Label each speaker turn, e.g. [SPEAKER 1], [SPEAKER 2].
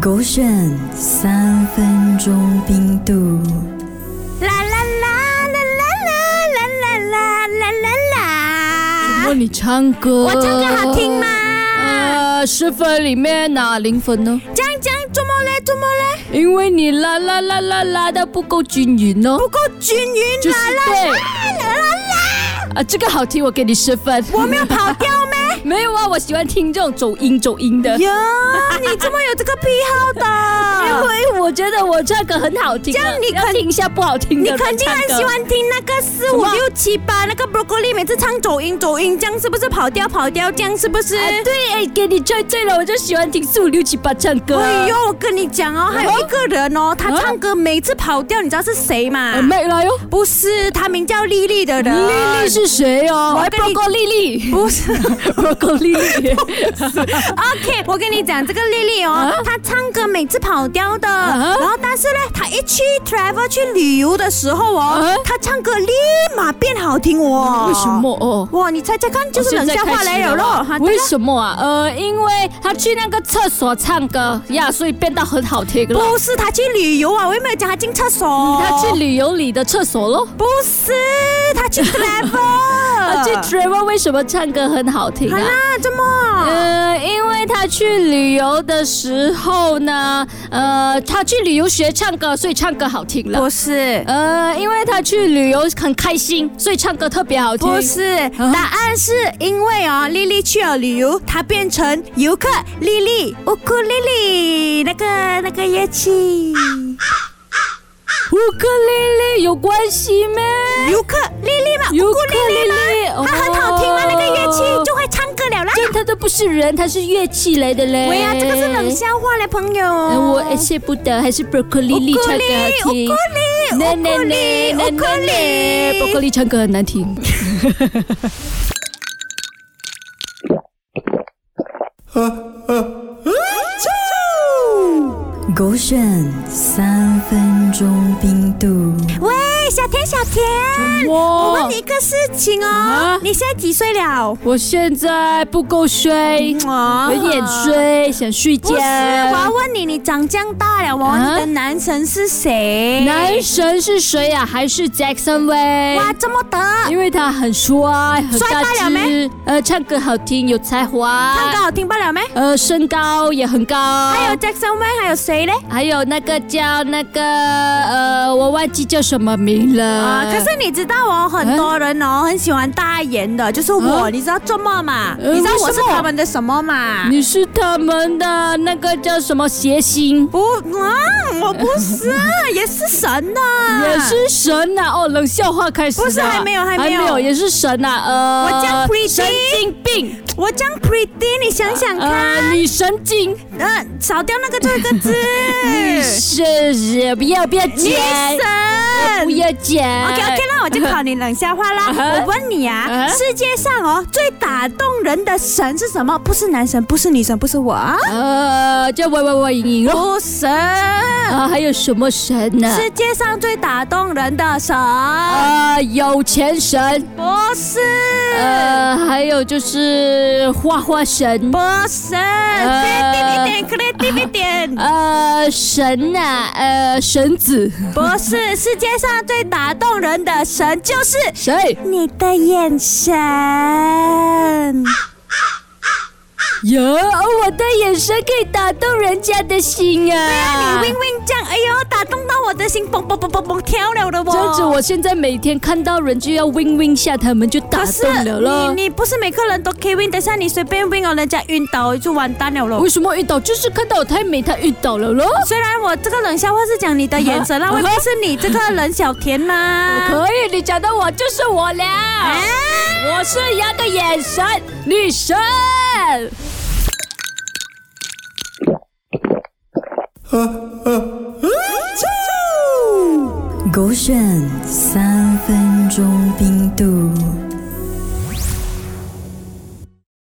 [SPEAKER 1] 狗选三分钟冰度。
[SPEAKER 2] 啦啦啦啦啦啦啦啦啦啦啦啦！
[SPEAKER 3] 问你唱歌，
[SPEAKER 2] 我唱歌好听吗
[SPEAKER 3] 呃，十分里面哪零分呢？
[SPEAKER 2] 这样这样，怎么嘞？怎么嘞？
[SPEAKER 3] 因为你啦啦啦啦啦的不够均匀哦。
[SPEAKER 2] 不够均匀
[SPEAKER 3] 就是
[SPEAKER 2] 啦啦
[SPEAKER 3] 对
[SPEAKER 2] 啦啦啦啦！
[SPEAKER 3] 啊，这个好听，我给你十分。
[SPEAKER 2] 我没有跑调咩？
[SPEAKER 3] 没有啊，我喜欢听这种走音走音的，因
[SPEAKER 2] 哟，你怎么有这个癖好的？
[SPEAKER 3] 为我觉得我唱歌很好听啊。
[SPEAKER 2] 这样你
[SPEAKER 3] 要
[SPEAKER 2] 肯
[SPEAKER 3] 听一下不好听
[SPEAKER 2] 你
[SPEAKER 3] 的，
[SPEAKER 2] 肯定
[SPEAKER 3] 唱
[SPEAKER 2] 很
[SPEAKER 3] 歌
[SPEAKER 2] 喜。欢听那个四五六七八那个 broccoli，每次唱走音走音，这样是不是跑调跑调？这样是不是？
[SPEAKER 3] 哎，对，哎，给你猜对了，我就喜欢听四五六七八唱歌。啊
[SPEAKER 2] 哎呦，我跟你讲哦，还有一个人哦，他唱歌每次跑调，你知道是谁吗？
[SPEAKER 3] 哎，妹来哟，
[SPEAKER 2] 不是，他名叫丽丽的人。
[SPEAKER 3] 丽丽是谁啊？
[SPEAKER 2] 啊我
[SPEAKER 3] 还
[SPEAKER 2] 跟
[SPEAKER 3] 不
[SPEAKER 2] 你
[SPEAKER 3] 够丽丽，
[SPEAKER 2] 不是
[SPEAKER 3] 不够 丽丽。
[SPEAKER 2] ？OK，我跟你讲，这个丽丽哦
[SPEAKER 3] 啊，
[SPEAKER 2] 她唱歌每次跑调的，
[SPEAKER 3] 啊
[SPEAKER 2] 然后但是呢，她一去 travel 去旅游的时候
[SPEAKER 3] 啊
[SPEAKER 2] 哦，她唱歌立马变好听哦。
[SPEAKER 3] 为什？么哦？
[SPEAKER 2] 哇，你猜猜看，就是冷笑话来了咯。哈
[SPEAKER 3] 为什么啊？呃，因为他去那个厕所唱歌呀，所以变得很好听了。
[SPEAKER 2] 不是，她去旅游啊，我又没有讲她进厕所。
[SPEAKER 3] 他去旅游里的厕所咯。
[SPEAKER 2] 不是，她去 呃
[SPEAKER 3] 他去
[SPEAKER 2] travel。
[SPEAKER 3] Trevor 为什么唱歌很好听
[SPEAKER 2] 啊
[SPEAKER 3] 啊？
[SPEAKER 2] 那怎么？
[SPEAKER 3] 呃，因为他去旅游的时候呢，呃，他去旅游学唱歌，所以唱歌好听了。
[SPEAKER 2] 不是。
[SPEAKER 3] 呃，因为他去旅游很开心，所以唱歌特别好听。
[SPEAKER 2] 不
[SPEAKER 3] 啊
[SPEAKER 2] 是，答案是因为哦，丽丽去了旅游，她变成游客丽丽，乌库丽丽那个那个乐器，
[SPEAKER 3] 啊乌克丽丽有关系咩？
[SPEAKER 2] 游客丽丽嘛，
[SPEAKER 3] 尤
[SPEAKER 2] 乌库
[SPEAKER 3] 克
[SPEAKER 2] 丽丽嘛，
[SPEAKER 3] 丽丽，
[SPEAKER 2] 它很好听啊，那个乐
[SPEAKER 3] 哦
[SPEAKER 2] 器就会唱歌了啦。
[SPEAKER 3] 这它哦都不是人，它是乐器来的嘞。
[SPEAKER 2] 喂呀、啊这个是冷笑话嘞，哦朋友。
[SPEAKER 3] 呃。我哎舍不得，还是 broccoli 丽唱歌好
[SPEAKER 2] 乌
[SPEAKER 3] 听
[SPEAKER 2] 库。丽，乌库丽，乌库丽，
[SPEAKER 3] b r o c c o l i 唱歌很难听。
[SPEAKER 1] 狗选三分钟冰度。
[SPEAKER 2] 喂，小田，小田，我问
[SPEAKER 3] 哇
[SPEAKER 2] 你，一个事情哦
[SPEAKER 3] 哦啊，
[SPEAKER 2] 你现在几岁了？
[SPEAKER 3] 我现在不够睡，
[SPEAKER 2] 啊
[SPEAKER 3] 哎有点睡，想睡觉
[SPEAKER 2] 不。是，我要问你，你长这样大了哦，
[SPEAKER 3] 啊
[SPEAKER 2] 你的男神是谁？
[SPEAKER 3] 男神是谁呀？还是 Jackson Way？
[SPEAKER 2] 哇，这么得，啊
[SPEAKER 3] 因为他很帅，很
[SPEAKER 2] 帅
[SPEAKER 3] 大
[SPEAKER 2] 罢了
[SPEAKER 3] 只，呃，唱歌好听，有才华。
[SPEAKER 2] 唱歌好听罢了没？
[SPEAKER 3] 呃，身高也很高，
[SPEAKER 2] 还有 Jackson Wang，还有谁嘞？
[SPEAKER 3] 还有那个叫那个呃，我忘记叫什么名了。
[SPEAKER 2] 啊，可是你知道哦，很多人哦很喜欢大眼的，就是我，
[SPEAKER 3] 啊
[SPEAKER 2] 你知道这么嘛？
[SPEAKER 3] 呃
[SPEAKER 2] 你知道我
[SPEAKER 3] 为
[SPEAKER 2] 是
[SPEAKER 3] 什么
[SPEAKER 2] 他们的什么嘛？
[SPEAKER 3] 你是他们的那个叫什么谐星，
[SPEAKER 2] 不啊，我不是，啊 也是神的，
[SPEAKER 3] 也。是神呐、啊！哦，冷笑话开始了
[SPEAKER 2] 啊不是还没有还没有
[SPEAKER 3] 也是神呐、啊！呃，
[SPEAKER 2] 我叫 Pretty
[SPEAKER 3] 神经病，
[SPEAKER 2] 我这样 pretty，你想想看，
[SPEAKER 3] 呃，你神经，
[SPEAKER 2] 嗯，少掉那个这个字，
[SPEAKER 3] 你是是不要不要
[SPEAKER 2] 女
[SPEAKER 3] 剪，
[SPEAKER 2] 嗯神
[SPEAKER 3] 不。要剪。
[SPEAKER 2] OK
[SPEAKER 3] 呃
[SPEAKER 2] OK，那我就考你冷笑话
[SPEAKER 3] 啊哈
[SPEAKER 2] 啦。我问你啊，
[SPEAKER 3] 啊
[SPEAKER 2] 世界上哦最打动人的神是什么？不是男神，不是女神，不是我啊，
[SPEAKER 3] 呃，叫喂喂喂莹莹咯。
[SPEAKER 2] 不是。
[SPEAKER 3] 啊，还有什么神啊呢、
[SPEAKER 2] 世界上最打动人的神
[SPEAKER 3] 呃，有钱神，
[SPEAKER 2] 不是，
[SPEAKER 3] 呃，还有就是花花神，
[SPEAKER 2] 不是，creative 一点，creative 一 点，
[SPEAKER 3] 呃，神呐、呃，神子，
[SPEAKER 2] 不是。世界上最打动人的神就是
[SPEAKER 3] 谁？
[SPEAKER 2] 你的眼神。
[SPEAKER 3] 啊哟，我的眼神可以打动人家的心啊！
[SPEAKER 2] 你 win win 这样，哎呦，打动到我的心，嘣嘣嘣嘣嘣跳了的我。哦
[SPEAKER 3] 这样子，我现在每天看到人就要 win win 下，他们就打
[SPEAKER 2] 可是
[SPEAKER 3] 动了咯。嗯
[SPEAKER 2] 你你不是每个人都可以 win，等下你随便 win 哦，人家晕倒就完蛋了咯。
[SPEAKER 3] 为什么遇到？就是看到我太美，他遇到了咯。
[SPEAKER 2] 虽然我这个冷笑话是讲你的眼 神啦，
[SPEAKER 3] 啊
[SPEAKER 2] 未必是你这个人小甜嘛。
[SPEAKER 3] 可以，你讲到我就是我了，
[SPEAKER 2] 啊
[SPEAKER 3] 我是羊的眼神女神。
[SPEAKER 1] 狗选三分钟冰度。